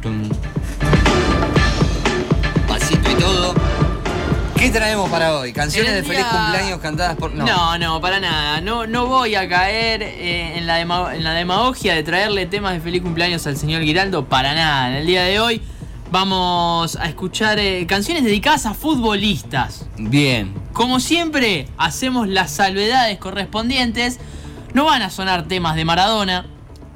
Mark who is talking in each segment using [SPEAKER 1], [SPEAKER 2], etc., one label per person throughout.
[SPEAKER 1] tum.
[SPEAKER 2] Pasito y todo. ¿Qué traemos para hoy? ¿Canciones
[SPEAKER 1] En
[SPEAKER 2] de
[SPEAKER 1] el
[SPEAKER 2] feliz
[SPEAKER 1] día-
[SPEAKER 2] cumpleaños cantadas por.?
[SPEAKER 1] No. no, para nada. No, no voy a caer eh, en, la dema- en la demagogia de traerle temas de feliz cumpleaños al señor Giraldo. Para nada. En el día de hoy vamos a escuchar eh, canciones dedicadas a futbolistas.
[SPEAKER 2] Bien.
[SPEAKER 1] Como siempre, hacemos las salvedades correspondientes. No van a sonar temas de Maradona,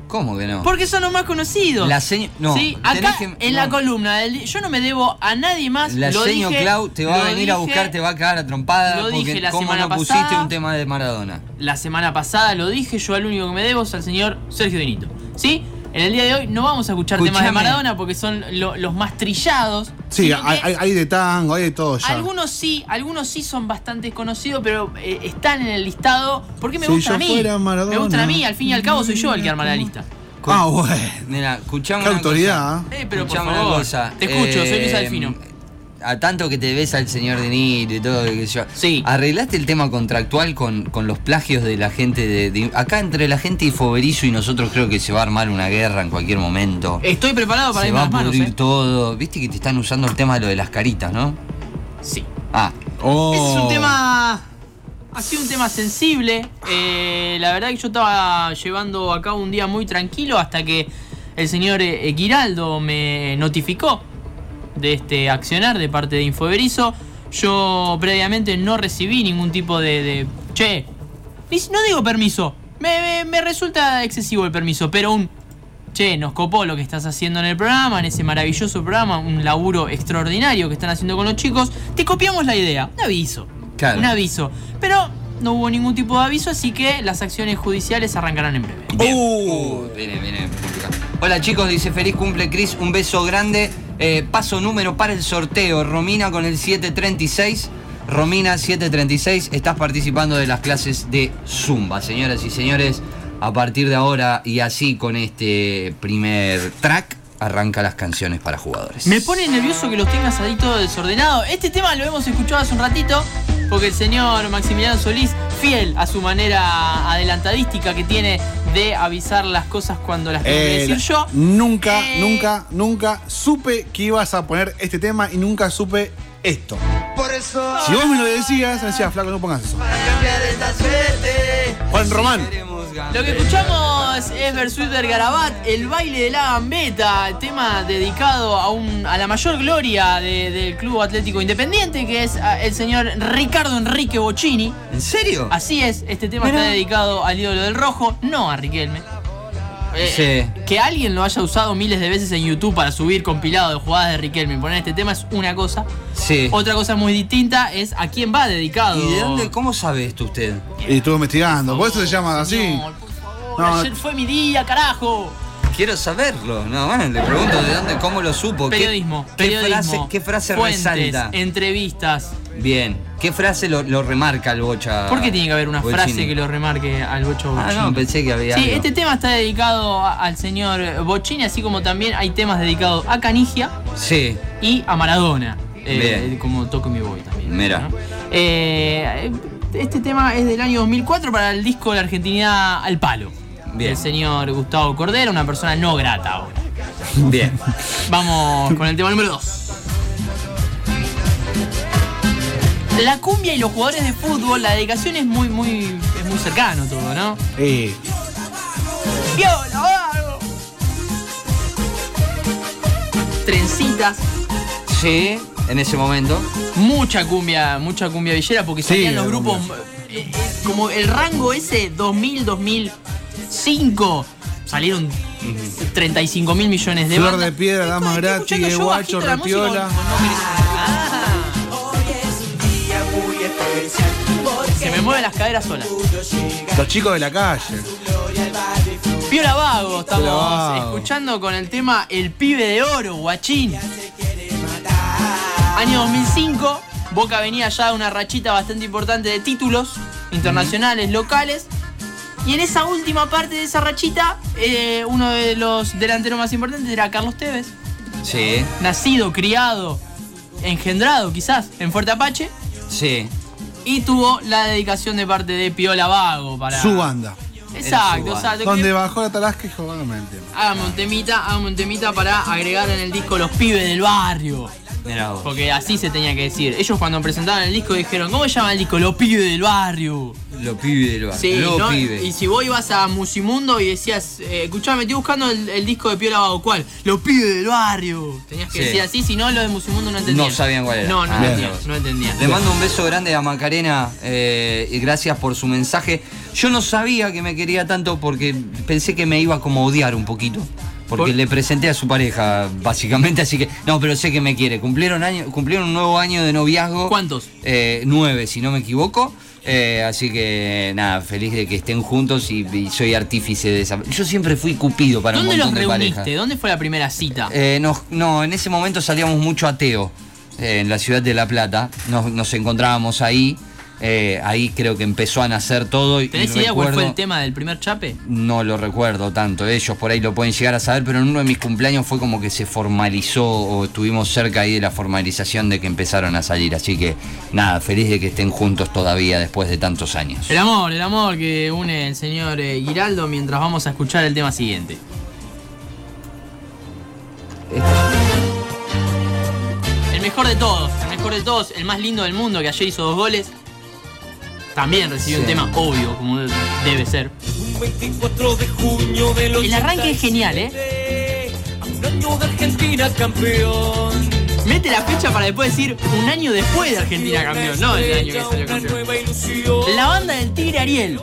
[SPEAKER 2] ¿Cómo que no?
[SPEAKER 1] porque son los más conocidos.
[SPEAKER 2] La seño. No.
[SPEAKER 1] Sí,
[SPEAKER 2] tenés
[SPEAKER 1] acá
[SPEAKER 2] que-
[SPEAKER 1] en la
[SPEAKER 2] no.
[SPEAKER 1] columna del di- yo no me debo a nadie más.
[SPEAKER 2] La
[SPEAKER 1] lo
[SPEAKER 2] seño
[SPEAKER 1] dije,
[SPEAKER 2] Clau te va a
[SPEAKER 1] lo
[SPEAKER 2] venir a
[SPEAKER 1] dije
[SPEAKER 2] buscar, te va a cagar a trompada.
[SPEAKER 1] lo
[SPEAKER 2] porque
[SPEAKER 1] dije la
[SPEAKER 2] ¿Cómo
[SPEAKER 1] semana
[SPEAKER 2] no pusiste
[SPEAKER 1] pasada.
[SPEAKER 2] un tema de Maradona?
[SPEAKER 1] La semana pasada lo dije, yo al único que me debo es al señor Sergio Benito. ¿Sí? En el día de hoy no vamos a escuchar temas de
[SPEAKER 2] Escuchame.
[SPEAKER 1] Maradona porque son lo- los más trillados.
[SPEAKER 3] Sí,
[SPEAKER 1] sino
[SPEAKER 3] hay,
[SPEAKER 1] que
[SPEAKER 3] hay- hay de tango, hay de todo ya.
[SPEAKER 1] Algunos sí, algunos sí son bastante conocidos, pero eh, están en el listado. Porque me
[SPEAKER 3] Si
[SPEAKER 1] gustan
[SPEAKER 3] yo
[SPEAKER 1] a mí.
[SPEAKER 3] fuera Maradona.
[SPEAKER 1] me gustan a mí, al fin y al cabo soy yo el que arma la lista.
[SPEAKER 3] Ah, bueno.
[SPEAKER 2] Mira, escuchame
[SPEAKER 3] Qué
[SPEAKER 2] una
[SPEAKER 3] autoridad.
[SPEAKER 2] cosa.
[SPEAKER 1] Eh, pero por
[SPEAKER 2] Escuchame una
[SPEAKER 1] favor,
[SPEAKER 2] cosa.
[SPEAKER 1] te escucho, soy Luis
[SPEAKER 2] Eh,
[SPEAKER 1] Alfino.
[SPEAKER 2] A tanto que te ves al señor De Niro y todo, que yo.
[SPEAKER 1] Sí.
[SPEAKER 3] Ah.
[SPEAKER 2] ¿Arreglaste el tema contractual con, con los plagios de la gente de, de- Acá entre la gente y Foberizo y nosotros creo que se va a armar una guerra en cualquier momento.
[SPEAKER 1] Estoy preparado Eh, para
[SPEAKER 2] se
[SPEAKER 1] irme
[SPEAKER 2] va
[SPEAKER 1] a
[SPEAKER 2] a
[SPEAKER 1] las manos,
[SPEAKER 2] pudrir
[SPEAKER 1] ¿eh?
[SPEAKER 2] todo. Viste que te están usando el tema de lo de las caritas, ¿no?
[SPEAKER 1] ¿eh? Sí.
[SPEAKER 2] Ah,
[SPEAKER 3] Oh.
[SPEAKER 1] Ese es un tema. Ha sido un tema sensible. Eh, la verdad que yo estaba llevando acá un día muy tranquilo hasta que el señor eh, Giraldo me notificó de este accionar de parte de Infoberizo. Yo previamente no recibí ningún tipo de. de- che, ni si- no digo permiso. Me, me- me resulta excesivo el permiso, pero un. Che, nos copó lo que estás haciendo en el programa, en ese maravilloso programa, un laburo extraordinario que están haciendo con los chicos. Te copiamos la idea. Un aviso.
[SPEAKER 2] Claro.
[SPEAKER 1] Un aviso. Pero no hubo ningún tipo de aviso, así que las acciones judiciales arrancarán en breve.
[SPEAKER 2] Bien. Uh, viene, viene. Hola chicos, dice feliz cumple Cris, un beso grande. Eh, paso número para el sorteo. Romina con el 736. Romina 736, estás participando de las clases de Zumba, señoras y señores. A partir de ahora y así con este primer track, arranca las canciones para jugadores.
[SPEAKER 1] Me pone nervioso que los tengas ahí todo desordenado. Este tema lo hemos escuchado hace un ratito, porque el señor Maximiliano Solís, fiel a su manera adelantadística que tiene de avisar las cosas cuando las tengo que
[SPEAKER 3] Eh,
[SPEAKER 1] decir yo.
[SPEAKER 3] Nunca,
[SPEAKER 1] Eh,
[SPEAKER 3] nunca, nunca supe que ibas a poner este tema y nunca supe esto. Si vos me lo decías, me decías, flaco, no pongas eso. Juan Román.
[SPEAKER 1] Lo que escuchamos es Versuit del Garabat, el baile de la gambeta, tema dedicado a, un, a la mayor gloria de- del Club Atlético Independiente, que es ah, el señor Ricardo Enrique Bocini.
[SPEAKER 2] ¿En serio?
[SPEAKER 1] Así es, este tema está dedicado al ídolo del rojo, no a Riquelme. Eh,
[SPEAKER 2] Sí.
[SPEAKER 1] Que alguien lo haya usado miles de veces en YouTube para subir compilado de jugadas de Riquelme y poner este tema es una cosa.
[SPEAKER 2] Sí.
[SPEAKER 1] Otra cosa muy distinta es a quién va dedicado.
[SPEAKER 2] ¿Y de dónde? ¿Cómo sabe esto usted?
[SPEAKER 3] Y estuve investigando, por eso se llama así.
[SPEAKER 1] Señor, por favor,
[SPEAKER 3] No.
[SPEAKER 1] ayer fue mi día, carajo.
[SPEAKER 2] Quiero saberlo, no, bueno, le pregunto de dónde, cómo lo supo. ¿Qué-
[SPEAKER 1] Periodismo,
[SPEAKER 2] ¿Qué,
[SPEAKER 1] periodismo,
[SPEAKER 2] frase, qué frase
[SPEAKER 1] fuentes,
[SPEAKER 2] resalta?
[SPEAKER 1] entrevistas.
[SPEAKER 2] Bien, ¿qué frase lo, lo remarca el bocha?
[SPEAKER 1] ¿Por qué tiene que haber una
[SPEAKER 2] Bochini?
[SPEAKER 1] frase que lo remarque al bocho
[SPEAKER 2] Ah,
[SPEAKER 1] Bochini?
[SPEAKER 2] no, pensé que había.
[SPEAKER 1] Sí,
[SPEAKER 2] algo.
[SPEAKER 1] este tema está dedicado a- al señor Bochini, así como también hay temas dedicados a Canigia
[SPEAKER 2] Sí,
[SPEAKER 1] y a Maradona, eh,
[SPEAKER 2] Bien.
[SPEAKER 1] como Toco Mi Boy también.
[SPEAKER 2] Mira.
[SPEAKER 1] ¿no? Eh, este tema es del año 2004 para el disco La Argentinidad al Palo.
[SPEAKER 2] Bien.
[SPEAKER 1] El señor Gustavo Cordero, una persona no grata ahora.
[SPEAKER 2] bien.
[SPEAKER 1] Vamos con el tema número 2. La cumbia y los jugadores de fútbol, la dedicación es muy, muy, es muy cercano todo, ¿no?
[SPEAKER 3] Eh,
[SPEAKER 1] ¡Viola, vago! Trencitas,
[SPEAKER 2] Sí, en ese momento.
[SPEAKER 1] mucha cumbia, mucha cumbia villera, porque
[SPEAKER 3] Sí,
[SPEAKER 1] salían los
[SPEAKER 3] la
[SPEAKER 1] grupos eh, eh, como el rango ese 2000, 2005, salieron 35 mil millones de
[SPEAKER 3] Flor
[SPEAKER 1] bandas.
[SPEAKER 3] de piedra,
[SPEAKER 1] Estoy
[SPEAKER 3] dama gratis,
[SPEAKER 1] escuchando
[SPEAKER 3] de
[SPEAKER 1] yo bajito
[SPEAKER 3] guacho,
[SPEAKER 1] la música,
[SPEAKER 3] repiola.
[SPEAKER 1] no merece- Ah. Se me mueven las caderas solas.
[SPEAKER 3] Los chicos de la calle.
[SPEAKER 1] Piola Vago, estamos
[SPEAKER 3] Piola Vago.
[SPEAKER 1] escuchando con el tema El Pibe de Oro, Guachín. Año 2005, Boca venía ya de una rachita bastante importante de títulos internacionales, locales. Y en esa última parte de esa rachita, eh, uno de los delanteros más importantes era Carlos Tevez,
[SPEAKER 2] Sí,
[SPEAKER 1] nacido, criado, engendrado quizás en Fuerte Apache.
[SPEAKER 2] sí.
[SPEAKER 1] Y tuvo la dedicación de parte de Piola Vago para
[SPEAKER 3] Su banda.
[SPEAKER 1] Exacto,
[SPEAKER 2] suba.
[SPEAKER 1] exacto.
[SPEAKER 3] Donde bajó la talasca y dijo, hágame el tema.
[SPEAKER 1] Hágame un temita, hágame un temita para agregar en el disco Los Pibes del Barrio.
[SPEAKER 2] Mirá vos.
[SPEAKER 1] Porque así se tenía que decir. Ellos cuando presentaban el disco dijeron, ¿cómo se llama el disco? Los Pibes del Barrio.
[SPEAKER 2] Los pibes del barrio.
[SPEAKER 1] Sí,
[SPEAKER 2] Los
[SPEAKER 1] ¿no?
[SPEAKER 2] pibes.
[SPEAKER 1] Y si vos ibas a Musimundo y decías, eh, escuchame, estoy buscando el, el disco de Piola Bau, ¿cuál? Los pibes del barrio. Tenías que
[SPEAKER 2] Sí.
[SPEAKER 1] decir así, si no, los de Musimundo no entendían.
[SPEAKER 2] No sabían cuál era.
[SPEAKER 1] No, no
[SPEAKER 2] Ah,
[SPEAKER 1] entendían,
[SPEAKER 2] bien.
[SPEAKER 1] no entendían.
[SPEAKER 2] Le mando un beso grande a Macarena eh, y gracias por su mensaje. Yo no sabía que me quería tanto porque pensé que me iba como a odiar un poquito. Porque
[SPEAKER 1] ¿Por?
[SPEAKER 2] le presenté a su pareja, básicamente, así que. No, pero sé que me quiere. Cumplieron, año, cumplieron un nuevo año de noviazgo.
[SPEAKER 1] ¿Cuántos?
[SPEAKER 2] Eh, nueve, si no me equivoco. Eh, así que nada, feliz de que estén juntos y, y soy artífice de esa. Yo siempre fui cupido para
[SPEAKER 1] ¿Dónde
[SPEAKER 2] un
[SPEAKER 1] los
[SPEAKER 2] montón de
[SPEAKER 1] reuniste?
[SPEAKER 2] parejas.
[SPEAKER 1] ¿Dónde fue la primera cita?
[SPEAKER 2] Eh, nos- no, en ese momento salíamos mucho ateo en la ciudad de La Plata. Nos, nos encontrábamos ahí. eh, ahí creo que empezó a nacer todo. Y,
[SPEAKER 1] ¿Tenés
[SPEAKER 2] y
[SPEAKER 1] idea cuál fue
[SPEAKER 2] recuerdo-
[SPEAKER 1] el tema del primer chape?
[SPEAKER 2] No lo recuerdo tanto. Ellos por ahí lo pueden llegar a saber, pero en uno de mis cumpleaños fue como que se formalizó o estuvimos cerca ahí de la formalización de que empezaron a salir. Así que nada, feliz de que estén juntos todavía después de tantos años.
[SPEAKER 1] El amor, el amor que une el señor eh, Giraldo mientras vamos a escuchar el tema siguiente. El mejor de todos, el mejor de todos, el más lindo del mundo que ayer hizo dos goles. También recibió un
[SPEAKER 2] Sí.
[SPEAKER 1] tema obvio, como debe ser.
[SPEAKER 4] 24 de junio del
[SPEAKER 1] El arranque es genial,
[SPEAKER 4] ¿eh? A un año de Argentina campeón.
[SPEAKER 1] Mete la fecha para después decir un año después de Argentina campeón, no el año que salió
[SPEAKER 4] Una
[SPEAKER 1] campeón.
[SPEAKER 4] nueva ilusión.
[SPEAKER 1] La banda del Tigre Ariel.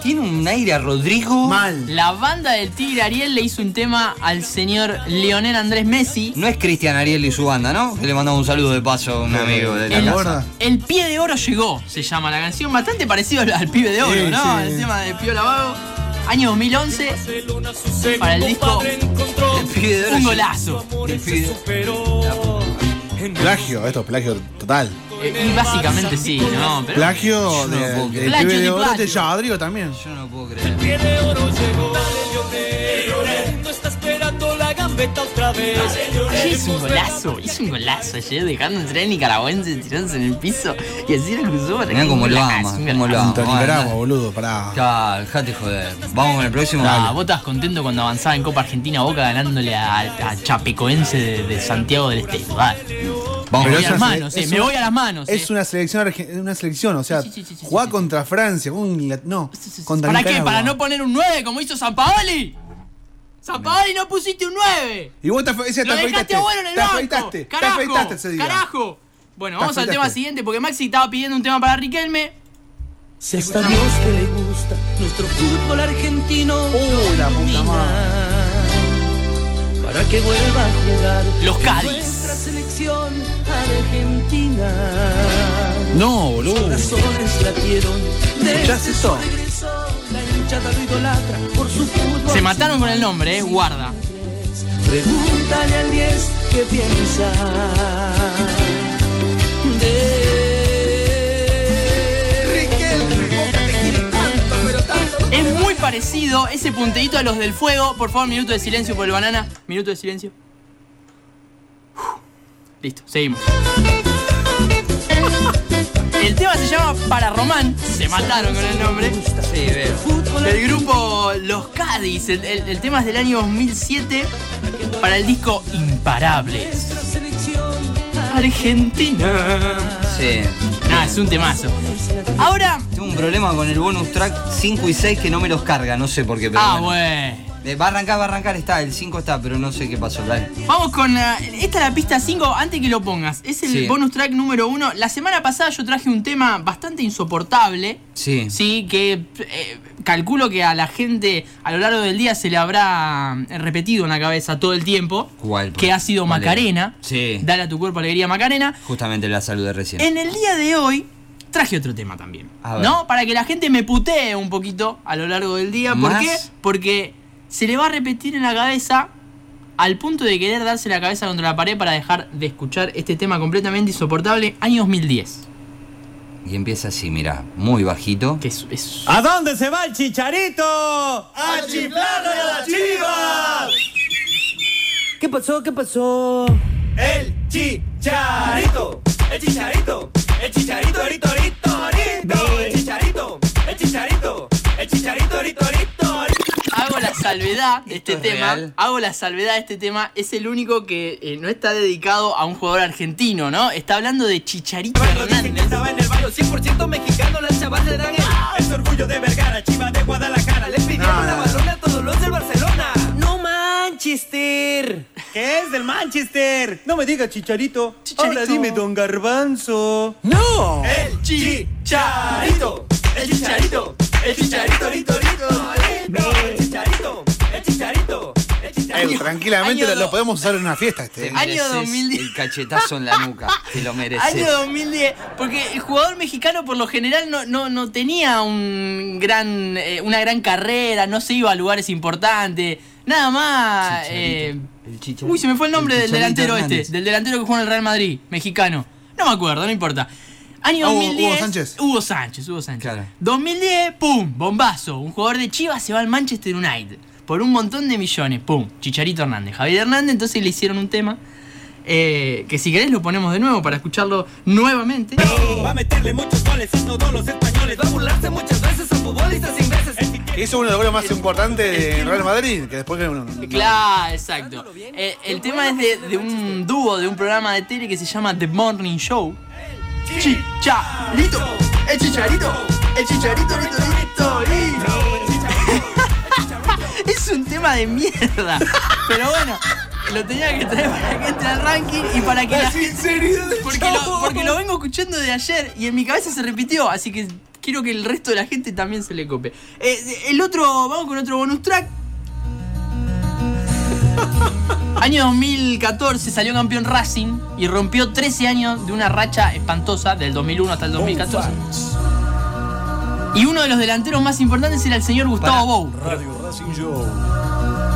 [SPEAKER 2] Tiene un aire a Rodrigo.
[SPEAKER 3] Mal.
[SPEAKER 1] La banda del Tigre Ariel le hizo un tema al señor Leonel Andrés Messi.
[SPEAKER 2] No es Cristian Ariel y su banda, ¿no? Que le mandamos un saludo de paso a un amigo de la
[SPEAKER 1] El-
[SPEAKER 2] casa.
[SPEAKER 3] gorda.
[SPEAKER 1] El pie de oro llegó, se llama la canción, bastante parecido al, al pibe de oro,
[SPEAKER 3] Sí,
[SPEAKER 1] ¿no?
[SPEAKER 3] sí.
[SPEAKER 1] El tema de Piola Vago, año 2011,
[SPEAKER 4] Barcelona su segundo
[SPEAKER 1] Para el disco,
[SPEAKER 4] padre encontró.
[SPEAKER 2] El pibe de oro
[SPEAKER 1] un
[SPEAKER 2] llegó.
[SPEAKER 1] golazo.
[SPEAKER 4] Su amor
[SPEAKER 2] el
[SPEAKER 4] él se
[SPEAKER 2] pibe.
[SPEAKER 4] superó. En el
[SPEAKER 3] Plagio, esto es plagio total.
[SPEAKER 1] Eh, Y básicamente sí, ¿no? Pero
[SPEAKER 3] Plagio
[SPEAKER 2] Yo no
[SPEAKER 3] de,
[SPEAKER 2] puedo
[SPEAKER 3] del
[SPEAKER 2] creer.
[SPEAKER 3] pibe
[SPEAKER 1] Plagio de
[SPEAKER 3] de oro de
[SPEAKER 1] plagio.
[SPEAKER 3] Yadrigo también.
[SPEAKER 2] Yo no puedo creer.
[SPEAKER 4] pie de oro llegó. Dale, Leonel. El mundo está esperando la gambeta otra vez.
[SPEAKER 1] ayer hizo un golazo, hizo un golazo ayer, dejando entrar el nicaragüense tirándose en el piso y así lo cruzó.
[SPEAKER 2] Mirá cómo lo ama, cómo lo ama.
[SPEAKER 3] Contra
[SPEAKER 2] bueno,
[SPEAKER 3] Nicaragua,
[SPEAKER 2] no.
[SPEAKER 3] boludo, pará.
[SPEAKER 2] Ya, dejate joder. Vamos con el próximo.
[SPEAKER 1] Ah, vos estabas contento cuando avanzaba en Copa Argentina Boca ganándole a, a Chapecoense de, de Santiago del Este. Vale.
[SPEAKER 2] Vamos
[SPEAKER 1] Me
[SPEAKER 3] Pero
[SPEAKER 1] voy
[SPEAKER 3] esa
[SPEAKER 1] a las
[SPEAKER 3] es-
[SPEAKER 1] manos, eh,
[SPEAKER 3] es
[SPEAKER 1] me
[SPEAKER 3] un-
[SPEAKER 1] voy a las manos.
[SPEAKER 3] Es
[SPEAKER 1] eh.
[SPEAKER 3] una selección, arge- una selección, o sea,
[SPEAKER 1] Sí, sí, sí, sí,
[SPEAKER 3] jugá
[SPEAKER 1] sí, sí.
[SPEAKER 3] contra Francia, un Ingla- no, contra
[SPEAKER 1] ¿Para qué?
[SPEAKER 3] Nicaragua.
[SPEAKER 1] ¿Para no poner un 9 como hizo Zampaoli? ¡Zampaoli no pusiste un 9!
[SPEAKER 3] Y vos te, afe- ese te
[SPEAKER 1] ¡Lo dejaste
[SPEAKER 3] afeitaste,
[SPEAKER 1] a bueno en el
[SPEAKER 3] te
[SPEAKER 1] banco!
[SPEAKER 3] afeitaste, te
[SPEAKER 1] ¡Carajo!
[SPEAKER 3] afeitaste ese día.
[SPEAKER 1] ¡Carajo! Bueno,
[SPEAKER 3] Te
[SPEAKER 1] vamos al
[SPEAKER 3] afeitaste.
[SPEAKER 1] tema siguiente porque Maxi estaba pidiendo un tema para Riquelme.
[SPEAKER 4] Si hasta Dios que le gusta nuestro fútbol argentino.
[SPEAKER 3] Uh, la puta
[SPEAKER 4] domina. Para que vuelva a jugar
[SPEAKER 1] Los
[SPEAKER 4] en
[SPEAKER 1] Cádiz.
[SPEAKER 4] Nuestra selección argentina.
[SPEAKER 3] No, boludo.
[SPEAKER 4] Corazones latieron.
[SPEAKER 3] ¿Escuchás
[SPEAKER 4] Desde su
[SPEAKER 3] esto?
[SPEAKER 4] regreso, la hinchada lo idolatra por su fútbol.
[SPEAKER 1] Se mataron con el nombre, eh, guarda.
[SPEAKER 4] Pregúntale al 10 qué piensa de
[SPEAKER 1] Es muy parecido ese punteíto a los del fuego. Por favor, minuto de silencio por el banana. Minuto de silencio. Uf. Listo, seguimos. El tema se llama Para Román. Se mataron con el nombre. Sí, veo.
[SPEAKER 4] fútbol.
[SPEAKER 1] El grupo Los Cádiz. El, el- el tema es del año 2007 para el disco Imparables.
[SPEAKER 4] Nuestra selección
[SPEAKER 1] Argentina.
[SPEAKER 2] Sí.
[SPEAKER 1] Ah, es un temazo. Ahora.
[SPEAKER 2] Tengo un problema con el bonus track 5 y 6 que no me los carga, no sé por qué. Pero
[SPEAKER 1] Ah,
[SPEAKER 2] bueno.
[SPEAKER 1] bueno.
[SPEAKER 2] Eh, va a arrancar, va a arrancar, está, el 5 está, pero no sé qué pasó. dale.
[SPEAKER 1] Vamos con. eh, esta es la pista 5, antes que lo pongas. Es el
[SPEAKER 2] Sí.
[SPEAKER 1] bonus track número 1. La semana pasada yo traje un tema bastante insoportable.
[SPEAKER 2] Sí.
[SPEAKER 1] Sí, que eh, calculo que a la gente a lo largo del día se le habrá mm, repetido en la cabeza todo el tiempo.
[SPEAKER 2] ¿Cuál? pues?
[SPEAKER 1] Que ha sido
[SPEAKER 2] ¿Cuál era?
[SPEAKER 1] Macarena.
[SPEAKER 2] Sí.
[SPEAKER 1] Dale a tu cuerpo alegría, Macarena.
[SPEAKER 2] Justamente la saludé recién.
[SPEAKER 1] En el día de hoy traje otro tema también.
[SPEAKER 2] A ver.
[SPEAKER 1] ¿No? Para que la gente me putee un poquito a lo largo del día. ¿Por
[SPEAKER 2] ¿Más?
[SPEAKER 1] qué? Porque se le va a repetir en la cabeza al punto de querer darse la cabeza contra la pared para dejar de escuchar este tema completamente insoportable. Año 2010.
[SPEAKER 2] Y empieza así, mira, muy bajito.
[SPEAKER 1] Que es, es-
[SPEAKER 5] ¿A dónde se va el chicharito? ¡A chiflarle a las chivas! ¿Qué pasó? ¿Qué pasó? El chicharito, el chicharito, el chicharito, ahorita, ahorita, ahorita, el chicharito, el chicharito, el chicharito, el chicharito. chicharito, rito, rito.
[SPEAKER 1] Hago la salvedad de este
[SPEAKER 2] Esto es
[SPEAKER 1] tema.
[SPEAKER 2] real.
[SPEAKER 1] Hago la salvedad de este tema. Es el único que eh, no está dedicado a un jugador argentino, ¿no? Está hablando de Chicharito
[SPEAKER 5] Cuando dicen que
[SPEAKER 1] Hernández.
[SPEAKER 5] estaba en el barrio 100% mexicano, las chavas le dan el, es orgullo de Vergara, Chivas de Guadalajara. Les pidieron la balona a todos los del Barcelona. ¡No Manchester! ¿Qué es del Manchester? No me diga Chicharito. Ahora dime Don Garbanzo.
[SPEAKER 3] ¡No!
[SPEAKER 5] El Chicharito, el Chicharito, el Chicharito, Rito, Rito, Rito, el Chicharito, el Chicharito, el Chicharito.
[SPEAKER 3] Eh, tranquilamente
[SPEAKER 1] año
[SPEAKER 3] lo, lo
[SPEAKER 1] dos.
[SPEAKER 3] podemos usar en una fiesta este.
[SPEAKER 2] Te
[SPEAKER 3] eh.
[SPEAKER 1] Año
[SPEAKER 2] mereces
[SPEAKER 1] 2010.
[SPEAKER 2] El cachetazo en la nuca. Te lo mereces.
[SPEAKER 1] Año 2010, porque el jugador mexicano por lo general no, no, no tenía un gran, eh, una gran carrera, no se iba a lugares importantes, nada más. eh,
[SPEAKER 2] El chicharito.
[SPEAKER 1] uy, se me fue el nombre
[SPEAKER 2] El
[SPEAKER 1] del
[SPEAKER 2] Chicharito
[SPEAKER 1] delantero
[SPEAKER 2] Hernández.
[SPEAKER 1] este, del delantero que juega en el Real Madrid, mexicano. No me acuerdo, no importa. Año
[SPEAKER 3] Ah, Hugo-
[SPEAKER 1] 2010.
[SPEAKER 3] Hugo Sánchez.
[SPEAKER 1] Hugo Sánchez, Hugo Sánchez.
[SPEAKER 2] Claro.
[SPEAKER 1] 2010, pum, bombazo. Un jugador de Chivas se va al Manchester United por un montón de millones. Pum, Chicharito Hernández. Javier Hernández, entonces le hicieron un tema. eh, que si querés lo ponemos de nuevo para escucharlo nuevamente.
[SPEAKER 5] Va a meterle muchos goles a todos los españoles. Va a burlarse muchas veces a futbolistas ingleses.
[SPEAKER 3] Hizo uno de los goles más importantes de Real Madrid, que después que uno.
[SPEAKER 1] Claro, exacto. Eh, el tema es de, de un dúo, de un programa de tele que se llama The Morning Show. Chicharito, el chicharito, el chicharito, el chicharito, Es un tema de mierda. Pero bueno, lo tenía que traer para que entre al ranking y para que la gente- porque lo, porque lo vengo escuchando de ayer y en mi cabeza se repitió, así que quiero que el resto de la gente también se le cope. Eh, el otro, vamos con otro bonus track. Año 2014 salió campeón Racing y rompió 13 años de una racha espantosa del 2001 hasta el 2014. Y uno de los delanteros más importantes era el señor Gustavo
[SPEAKER 2] Pará.
[SPEAKER 1] Bou.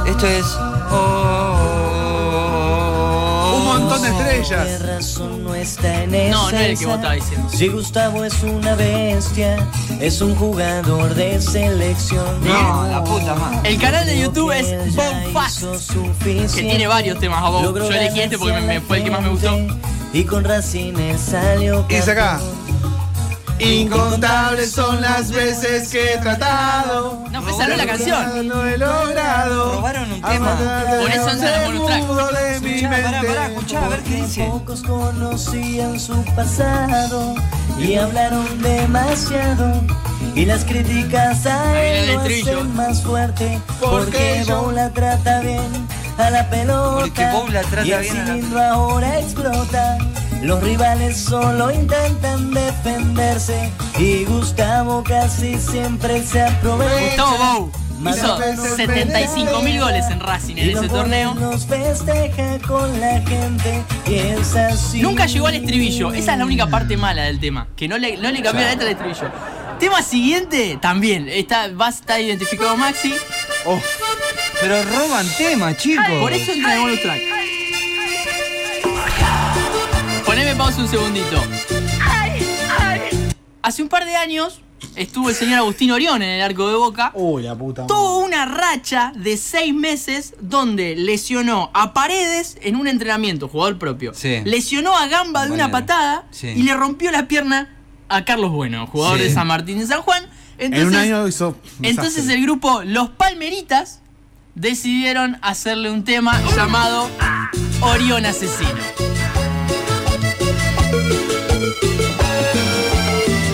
[SPEAKER 2] Esto es. Oh, oh, oh, oh, oh.
[SPEAKER 3] Un montón de estrellas.
[SPEAKER 6] razón no está en
[SPEAKER 1] No, no
[SPEAKER 6] esa
[SPEAKER 1] era el que vos estabas diciendo.
[SPEAKER 6] Si Gustavo es una bestia, es un jugador de selección.
[SPEAKER 2] No, la puta madre.
[SPEAKER 1] El canal de YouTube es Bob Fast,
[SPEAKER 6] Fast,
[SPEAKER 1] que tiene varios temas a Bou. Yo elegí este porque me- me- fue el que más me gustó.
[SPEAKER 6] Y con Racing él salió.
[SPEAKER 3] Y dice acá.
[SPEAKER 6] campeón.
[SPEAKER 3] Incontables son las veces que he tratado.
[SPEAKER 1] No, fue esa no es la canción.
[SPEAKER 3] No he logrado.
[SPEAKER 2] Robaron un tema.
[SPEAKER 3] Aguantar
[SPEAKER 1] Por eso anda la
[SPEAKER 3] el
[SPEAKER 1] bonus track.
[SPEAKER 3] mudo de mi
[SPEAKER 2] Escuchá, pará,
[SPEAKER 3] mente.
[SPEAKER 2] pará, escuchá, a ver qué dice.
[SPEAKER 6] Pocos conocían su pasado y hablaron demasiado. Y las críticas a
[SPEAKER 1] Ahí viene
[SPEAKER 6] él
[SPEAKER 1] el
[SPEAKER 6] lo
[SPEAKER 1] estribillo.
[SPEAKER 6] hacen más fuerte porque
[SPEAKER 3] yo-
[SPEAKER 6] Bow la trata bien a la pelota.
[SPEAKER 2] Porque Bow la trata
[SPEAKER 6] y el
[SPEAKER 2] bien a la-
[SPEAKER 6] cilindro ahora explota. Los rivales solo intentan defenderse y Gustavo casi siempre se aprovecha.
[SPEAKER 1] Gustavo Bou hizo 75 mil goles en Racing en
[SPEAKER 6] Y
[SPEAKER 1] ese
[SPEAKER 6] los
[SPEAKER 1] torneo.
[SPEAKER 6] Nos festeja con la gente y es así.
[SPEAKER 1] Nunca llegó al estribillo. Esa es la única parte mala del tema. Que no le, no le cambió la letra al estribillo. Tema siguiente, también. Está, va a estar identificado Maxi.
[SPEAKER 2] Pero roban tema, chicos.
[SPEAKER 1] Por eso entra en el bonus track. Poneme pausa un segundito. Hace un par de años estuvo el señor Agustín Orión en el arco de Boca.
[SPEAKER 3] Uy, la puta. madre.
[SPEAKER 1] Tuvo una racha de seis meses donde lesionó a Paredes en un entrenamiento, jugador propio.
[SPEAKER 2] Sí.
[SPEAKER 1] Lesionó a Gamba de una
[SPEAKER 2] Compañero.
[SPEAKER 1] patada
[SPEAKER 2] Sí.
[SPEAKER 1] y le rompió la pierna a Carlos Bueno, jugador
[SPEAKER 2] Sí.
[SPEAKER 1] de San Martín de San Juan. Entonces,
[SPEAKER 3] en un año hizo. un
[SPEAKER 1] entonces
[SPEAKER 3] desastre.
[SPEAKER 1] el grupo Los Palmeritas decidieron hacerle un tema llamado Orión Asesino.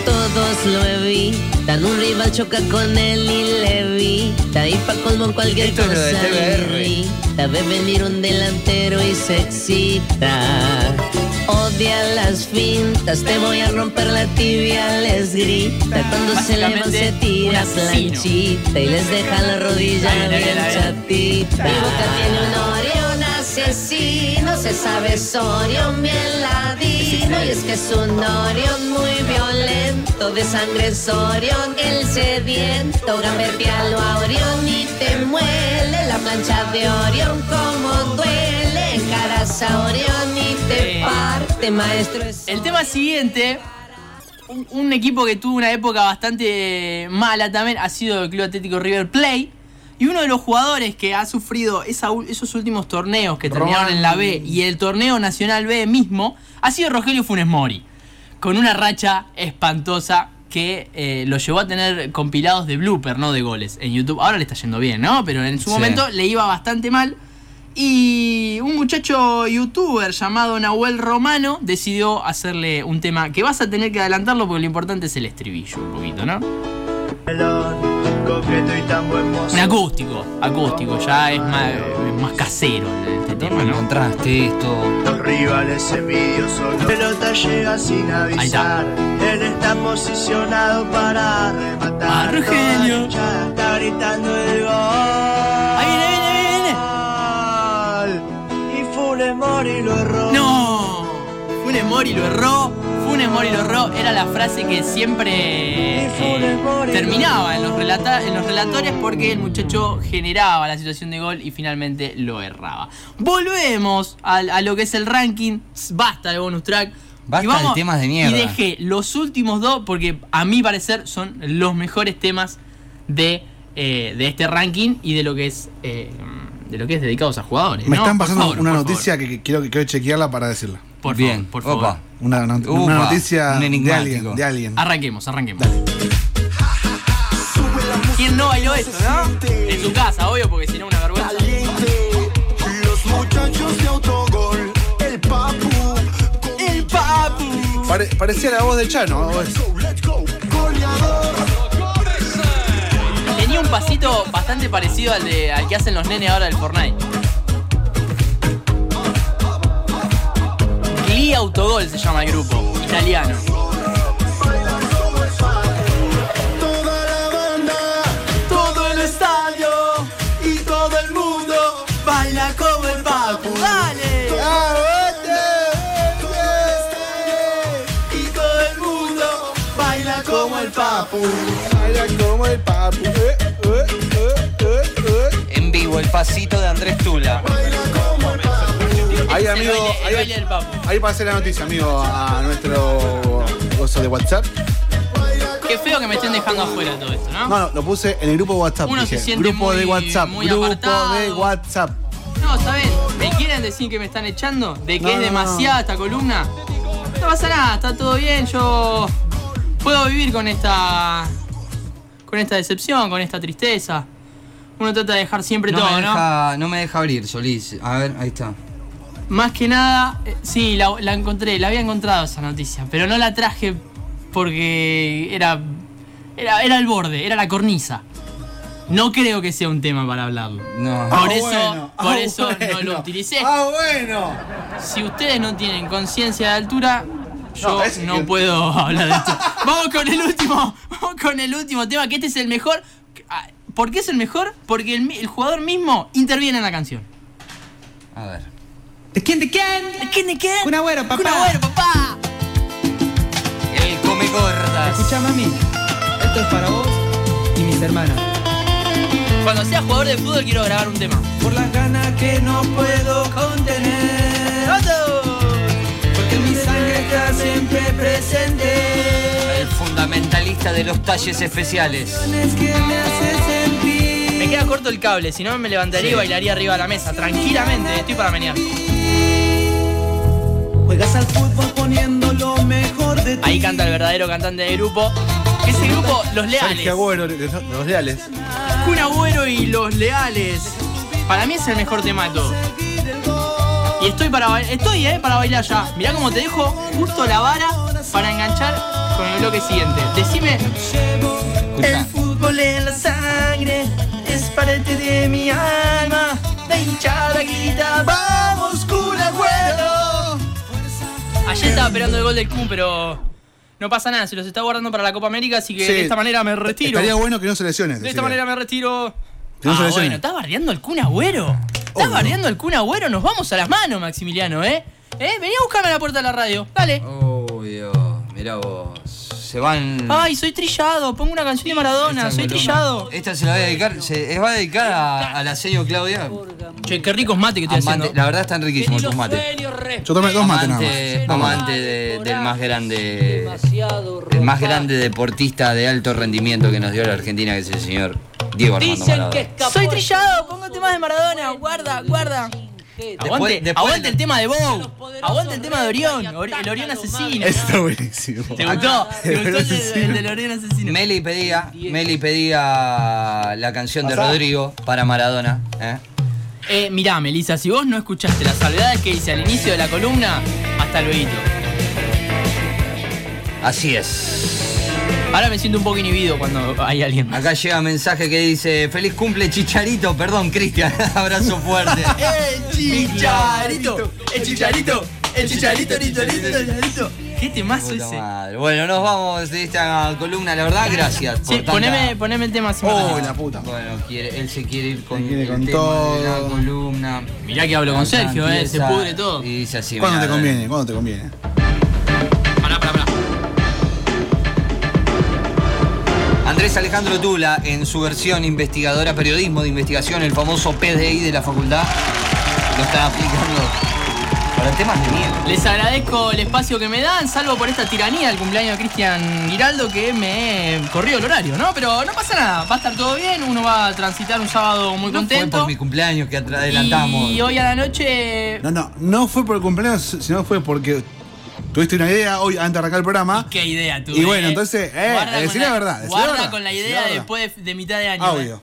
[SPEAKER 7] Todos lo evitan, un rival choca con él y le evita Y pa' colmo cualquier
[SPEAKER 2] Esto es lo de
[SPEAKER 7] cosa le
[SPEAKER 2] TBR.
[SPEAKER 7] irrita. Ve venir un delantero y se excita Odia las fintas, te voy a romper la tibia, les grita Cuando se le van se
[SPEAKER 1] Básicamente,
[SPEAKER 7] tira
[SPEAKER 1] un asesino.
[SPEAKER 7] planchita Y les deja la rodilla
[SPEAKER 1] Ahí, ahí, ahí,
[SPEAKER 7] bien
[SPEAKER 1] ahí.
[SPEAKER 7] chatita Mi boca tiene un Orión asesino, se sabe es Orión bien ladino Y es que es un Orión muy violento, de sangre es Orión el sediento Gambetealo a Orión y te muele, la plancha de Orión como duele Encaras a Orión y
[SPEAKER 1] Sí.
[SPEAKER 7] te parte, maestro es
[SPEAKER 1] El tema siguiente, un, un equipo que tuvo una época bastante mala también, ha sido el Club Atlético River Play. Y uno de los jugadores que ha sufrido esa u- esos últimos torneos que terminaron en la B y el torneo Nacional B mismo, ha sido Rogelio Funes Mori. Con una racha espantosa que eh, lo llevó a tener compilados de blooper, no de goles, en YouTube. Ahora le está yendo bien, ¿no? Pero en
[SPEAKER 2] Sí.
[SPEAKER 1] su momento le iba bastante mal. Y un muchacho youtuber llamado Nahuel Romano decidió hacerle un tema que vas a tener que adelantarlo porque lo importante es el estribillo un poquito, ¿no? Un acústico, acústico, ya es más, es más casero este tema, ¿no?
[SPEAKER 2] Contraste esto.
[SPEAKER 8] Los rivales envidiosos. La pelota llega sin
[SPEAKER 1] Ahí está.
[SPEAKER 8] avisar. Él está posicionado para rematar.
[SPEAKER 1] Argelio.
[SPEAKER 8] Toda la hinchada está gritando el gol.
[SPEAKER 1] Ahí viene, ahí viene, ahí
[SPEAKER 8] Y Funes Mori lo erró.
[SPEAKER 1] viene. ¡No! Funes Mori lo erró, Funes Mori lo erró, era la frase que siempre eh, terminaba en los, relata en los relatores porque el muchacho generaba la situación de gol y finalmente lo erraba. Volvemos al- a, lo que es el ranking, basta de bonus track.
[SPEAKER 2] Basta
[SPEAKER 1] Y
[SPEAKER 2] de temas de mierda.
[SPEAKER 1] Y dejé los últimos dos porque a mi parecer son los mejores temas de, eh, de este ranking y de lo que es eh, de lo que es dedicados a jugadores.
[SPEAKER 3] Me
[SPEAKER 1] ¿no?
[SPEAKER 3] están
[SPEAKER 1] Por
[SPEAKER 3] pasando
[SPEAKER 1] favor,
[SPEAKER 3] una
[SPEAKER 1] por favor.
[SPEAKER 3] noticia que, que quiero, que quiero chequearla para decirla.
[SPEAKER 1] Por
[SPEAKER 2] Bien,
[SPEAKER 1] favor, por favor.
[SPEAKER 2] opa.
[SPEAKER 3] Una, una- una
[SPEAKER 2] Upa,
[SPEAKER 3] noticia
[SPEAKER 2] un
[SPEAKER 3] de alguien.
[SPEAKER 2] enigmático.
[SPEAKER 3] De alguien.
[SPEAKER 1] Arranquemos, arranquemos. ¿Quién no bailó esto, no? En su casa, obvio, porque si no, una vergüenza.
[SPEAKER 8] Los muchachos de autogol. El papu.
[SPEAKER 1] El papu.
[SPEAKER 3] Pare- parecía la voz de Chano. ¿no? Es-
[SPEAKER 8] Let's go. Goleador.
[SPEAKER 1] Tenía un pasito bastante parecido al, de, al que hacen los nenes ahora del Fortnite. Glee Autogol se llama el grupo, italiano.
[SPEAKER 8] Toda la banda.
[SPEAKER 1] Todo el estadio y todo el mundo baila como el papu. ¡Dale!
[SPEAKER 8] Y todo el mundo baila como el papu.
[SPEAKER 2] En vivo, el pasito de Andrés Tula.
[SPEAKER 3] Ahí,
[SPEAKER 1] Es el
[SPEAKER 3] amigo.
[SPEAKER 1] baile- el
[SPEAKER 3] ahí-
[SPEAKER 1] baile del papu.
[SPEAKER 3] Ahí pasé la noticia, amigo, a nuestro gozo de WhatsApp.
[SPEAKER 1] Qué feo que me estén dejando afuera todo esto, ¿no?
[SPEAKER 3] No, no, lo puse en el grupo de WhatsApp.
[SPEAKER 1] Uno se
[SPEAKER 3] dije.
[SPEAKER 1] siente
[SPEAKER 3] grupo
[SPEAKER 1] muy-
[SPEAKER 3] de WhatsApp.
[SPEAKER 1] muy
[SPEAKER 3] grupo de
[SPEAKER 1] apartado.
[SPEAKER 3] WhatsApp.
[SPEAKER 1] No, ¿saben? ¿Me quieren decir que me están echando? ¿De que
[SPEAKER 3] No,
[SPEAKER 1] es
[SPEAKER 3] no,
[SPEAKER 1] demasiada esta columna? No pasa nada, está todo bien, yo puedo vivir con esta. con esta decepción, con esta tristeza. Uno trata de dejar siempre
[SPEAKER 2] No,
[SPEAKER 1] todo,
[SPEAKER 2] me
[SPEAKER 1] ¿no?
[SPEAKER 2] deja, no me deja abrir, Solís. A ver, ahí está.
[SPEAKER 1] Más que nada, eh, sí, la, la encontré, la había encontrado esa noticia, pero no la traje porque era, era. era el borde, era la cornisa. No creo que sea un tema para hablarlo.
[SPEAKER 2] No.
[SPEAKER 1] Por
[SPEAKER 3] Ah,
[SPEAKER 1] eso,
[SPEAKER 3] bueno,
[SPEAKER 1] por
[SPEAKER 3] ah,
[SPEAKER 1] eso no lo
[SPEAKER 3] bueno.
[SPEAKER 1] utilicé.
[SPEAKER 3] Ah, bueno.
[SPEAKER 1] Si ustedes no tienen conciencia de altura, yo
[SPEAKER 3] No, ese
[SPEAKER 1] no
[SPEAKER 3] que-
[SPEAKER 1] puedo hablar de esto. vamos con el último, vamos con el último tema, que este es el mejor. Ah, ¿Por qué es el mejor? Porque el, mi- el jugador mismo interviene en la canción.
[SPEAKER 2] A ver.
[SPEAKER 9] ¿De quién? ¿De quién?
[SPEAKER 1] ¿Quién de quién?
[SPEAKER 9] Un agüero, papá.
[SPEAKER 1] Un agüero, papá.
[SPEAKER 2] El come gordas.
[SPEAKER 9] Escucha, mami. Esto es para vos y mis hermanas.
[SPEAKER 1] Cuando sea jugador de fútbol quiero grabar un tema.
[SPEAKER 9] Por las ganas que no puedo contener. Porque mi sangre está siempre presente.
[SPEAKER 2] El fundamentalista de los talles especiales.
[SPEAKER 9] Es que me hace sentir.
[SPEAKER 1] Me queda corto el cable, si no me levantaría y bailaría arriba de la mesa. Tranquilamente, estoy para menear.
[SPEAKER 9] Juegas al fútbol poniendo lo mejor de ti.
[SPEAKER 1] Ahí canta el verdadero cantante del grupo. Que ese grupo, los leales.
[SPEAKER 3] Sergio Agüero, los leales.
[SPEAKER 1] Kun Agüero y los leales. Para mí es el mejor tema de todo. Y estoy para bailar, estoy, eh, para bailar ya. Mirá cómo te dejo justo la vara para enganchar con el bloque siguiente. Decime,
[SPEAKER 2] Escucha.
[SPEAKER 1] fútbol en la sangre es parte de mi alma. La hinchada grita, vamos Kun Agüero. Ayer estaba esperando el gol del Kun, pero no pasa nada, se los está guardando para la Copa América, así que
[SPEAKER 3] Sí.
[SPEAKER 1] de esta manera me retiro.
[SPEAKER 3] Estaría bueno que no se lesiones.
[SPEAKER 1] De esta manera me retiro.
[SPEAKER 3] Que no se
[SPEAKER 1] ah,
[SPEAKER 3] lesione.
[SPEAKER 1] bueno, estás bardeando al Kun Agüero. Estás
[SPEAKER 3] Obvio.
[SPEAKER 1] bardeando al Kun Agüero. Nos vamos a las manos, Maximiliano, ¿eh? ¿Eh? Vení a buscarme a la puerta de la radio. Dale.
[SPEAKER 2] Oh, Dios. Mirá vos. Se van.
[SPEAKER 1] Ay, soy trillado. Pongo una canción de Maradona.
[SPEAKER 2] Esta
[SPEAKER 1] Soy
[SPEAKER 2] columna.
[SPEAKER 1] trillado.
[SPEAKER 2] Esta se la voy a dedicar. Se va a dedicar a, a la señor Claudia.
[SPEAKER 1] Che, qué ricos mate que estoy
[SPEAKER 2] Amante,
[SPEAKER 1] haciendo.
[SPEAKER 2] la verdad están riquísimos tus mates.
[SPEAKER 3] Yo tomé dos mates nada más.
[SPEAKER 2] Amante, amante de- del más grande. El más grande deportista de alto rendimiento que nos dio la Argentina, que es el señor Diego Armando Maradona.
[SPEAKER 1] Soy trillado. Pongo temas de Maradona. Guarda, guarda. Aguante,
[SPEAKER 2] Después- después-
[SPEAKER 1] aguante el tema de Bow. Aguante el tema de Orión. Ori- El Orión asesino.
[SPEAKER 3] Está buenísimo.
[SPEAKER 1] ¿Te gustó? ¿Te
[SPEAKER 3] Pero
[SPEAKER 1] gustó el,
[SPEAKER 3] sí.
[SPEAKER 1] de- el de Orión asesino?
[SPEAKER 2] Meli pedía, Meli pedía la canción de Rodrigo para Maradona. ¿eh?
[SPEAKER 1] Eh, mirá, Melissa, si vos no escuchaste las salvedades que hice al inicio de la columna, hasta luego.
[SPEAKER 2] Así es.
[SPEAKER 1] Ahora me siento un poco inhibido cuando hay alguien.
[SPEAKER 2] Acá llega mensaje que dice, feliz cumple Chicharito, perdón Cristian, abrazo fuerte.
[SPEAKER 1] ¡El chicharito! ¡El chicharito! ¡El chicharito, chicharito, chicharito! ¿Qué temazo
[SPEAKER 2] Puta
[SPEAKER 1] ese?
[SPEAKER 2] madre. Bueno, nos vamos de esta columna, la verdad, gracias. por
[SPEAKER 1] Sí,
[SPEAKER 2] tanta-
[SPEAKER 1] poneme, poneme el tema así.
[SPEAKER 3] Oh, la puta.
[SPEAKER 2] Bueno, quiere- él se quiere ir con,
[SPEAKER 3] Se quiere
[SPEAKER 2] el
[SPEAKER 3] con
[SPEAKER 2] tema de
[SPEAKER 3] todo.
[SPEAKER 2] la columna.
[SPEAKER 1] Mirá que hablo con Sergio, eh, se
[SPEAKER 2] Empieza
[SPEAKER 1] pudre todo.
[SPEAKER 2] Y dice así,
[SPEAKER 3] ¿Cuándo
[SPEAKER 2] mirá,
[SPEAKER 3] te conviene? ¿Cuándo te conviene?
[SPEAKER 1] Pará, pará, pará.
[SPEAKER 2] Andrés Alejandro Tula, en su versión investigadora, periodismo de investigación, el famoso PDI de la facultad, lo está aplicando para temas de miedo.
[SPEAKER 1] Les agradezco el espacio que me dan, salvo por esta tiranía del cumpleaños de Cristian Giraldo que me corrió el horario, ¿no? Pero no pasa nada, va a estar todo bien, uno va a transitar un sábado muy
[SPEAKER 2] Fue
[SPEAKER 1] contento.
[SPEAKER 2] por mi cumpleaños que atra- adelantamos.
[SPEAKER 1] Y hoy a la noche.
[SPEAKER 3] No, no, no fue por el cumpleaños, sino fue porque tuviste una idea hoy antes de arrancar el programa.
[SPEAKER 1] Qué idea tú.
[SPEAKER 3] Y bueno, entonces, eh, decí la verdad, decí la
[SPEAKER 1] Guarda
[SPEAKER 3] verdad,
[SPEAKER 1] con la
[SPEAKER 3] decí la
[SPEAKER 1] idea
[SPEAKER 3] verdad.
[SPEAKER 1] después de, de mitad de año. eh.
[SPEAKER 3] Audio.